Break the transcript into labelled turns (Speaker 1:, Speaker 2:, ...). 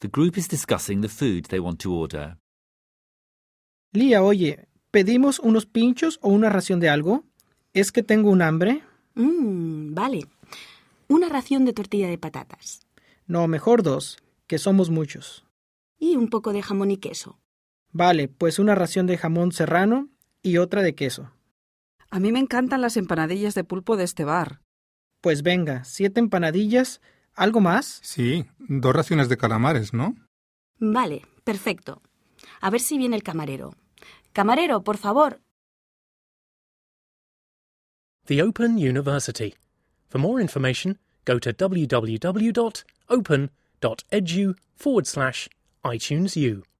Speaker 1: The group is discussing the food they want to order.
Speaker 2: Lía, oye, ¿pedimos unos pinchos o una ración de algo? Es que tengo un hambre.
Speaker 3: Mmm, vale. Una ración de tortilla de patatas.
Speaker 2: No, mejor dos, que somos muchos.
Speaker 3: Y un poco de jamón y queso.
Speaker 2: Vale, pues una ración de jamón serrano y otra de queso.
Speaker 4: A mí me encantan las empanadillas de pulpo de este bar.
Speaker 2: Pues venga, siete empanadillas, ¿algo más?
Speaker 5: Sí, dos raciones de calamares, ¿no?
Speaker 3: Vale, perfecto. A ver si viene el camarero. Camarero, por favor.
Speaker 6: The Open University. For more information, go to www.open.edu forward slash iTunes U.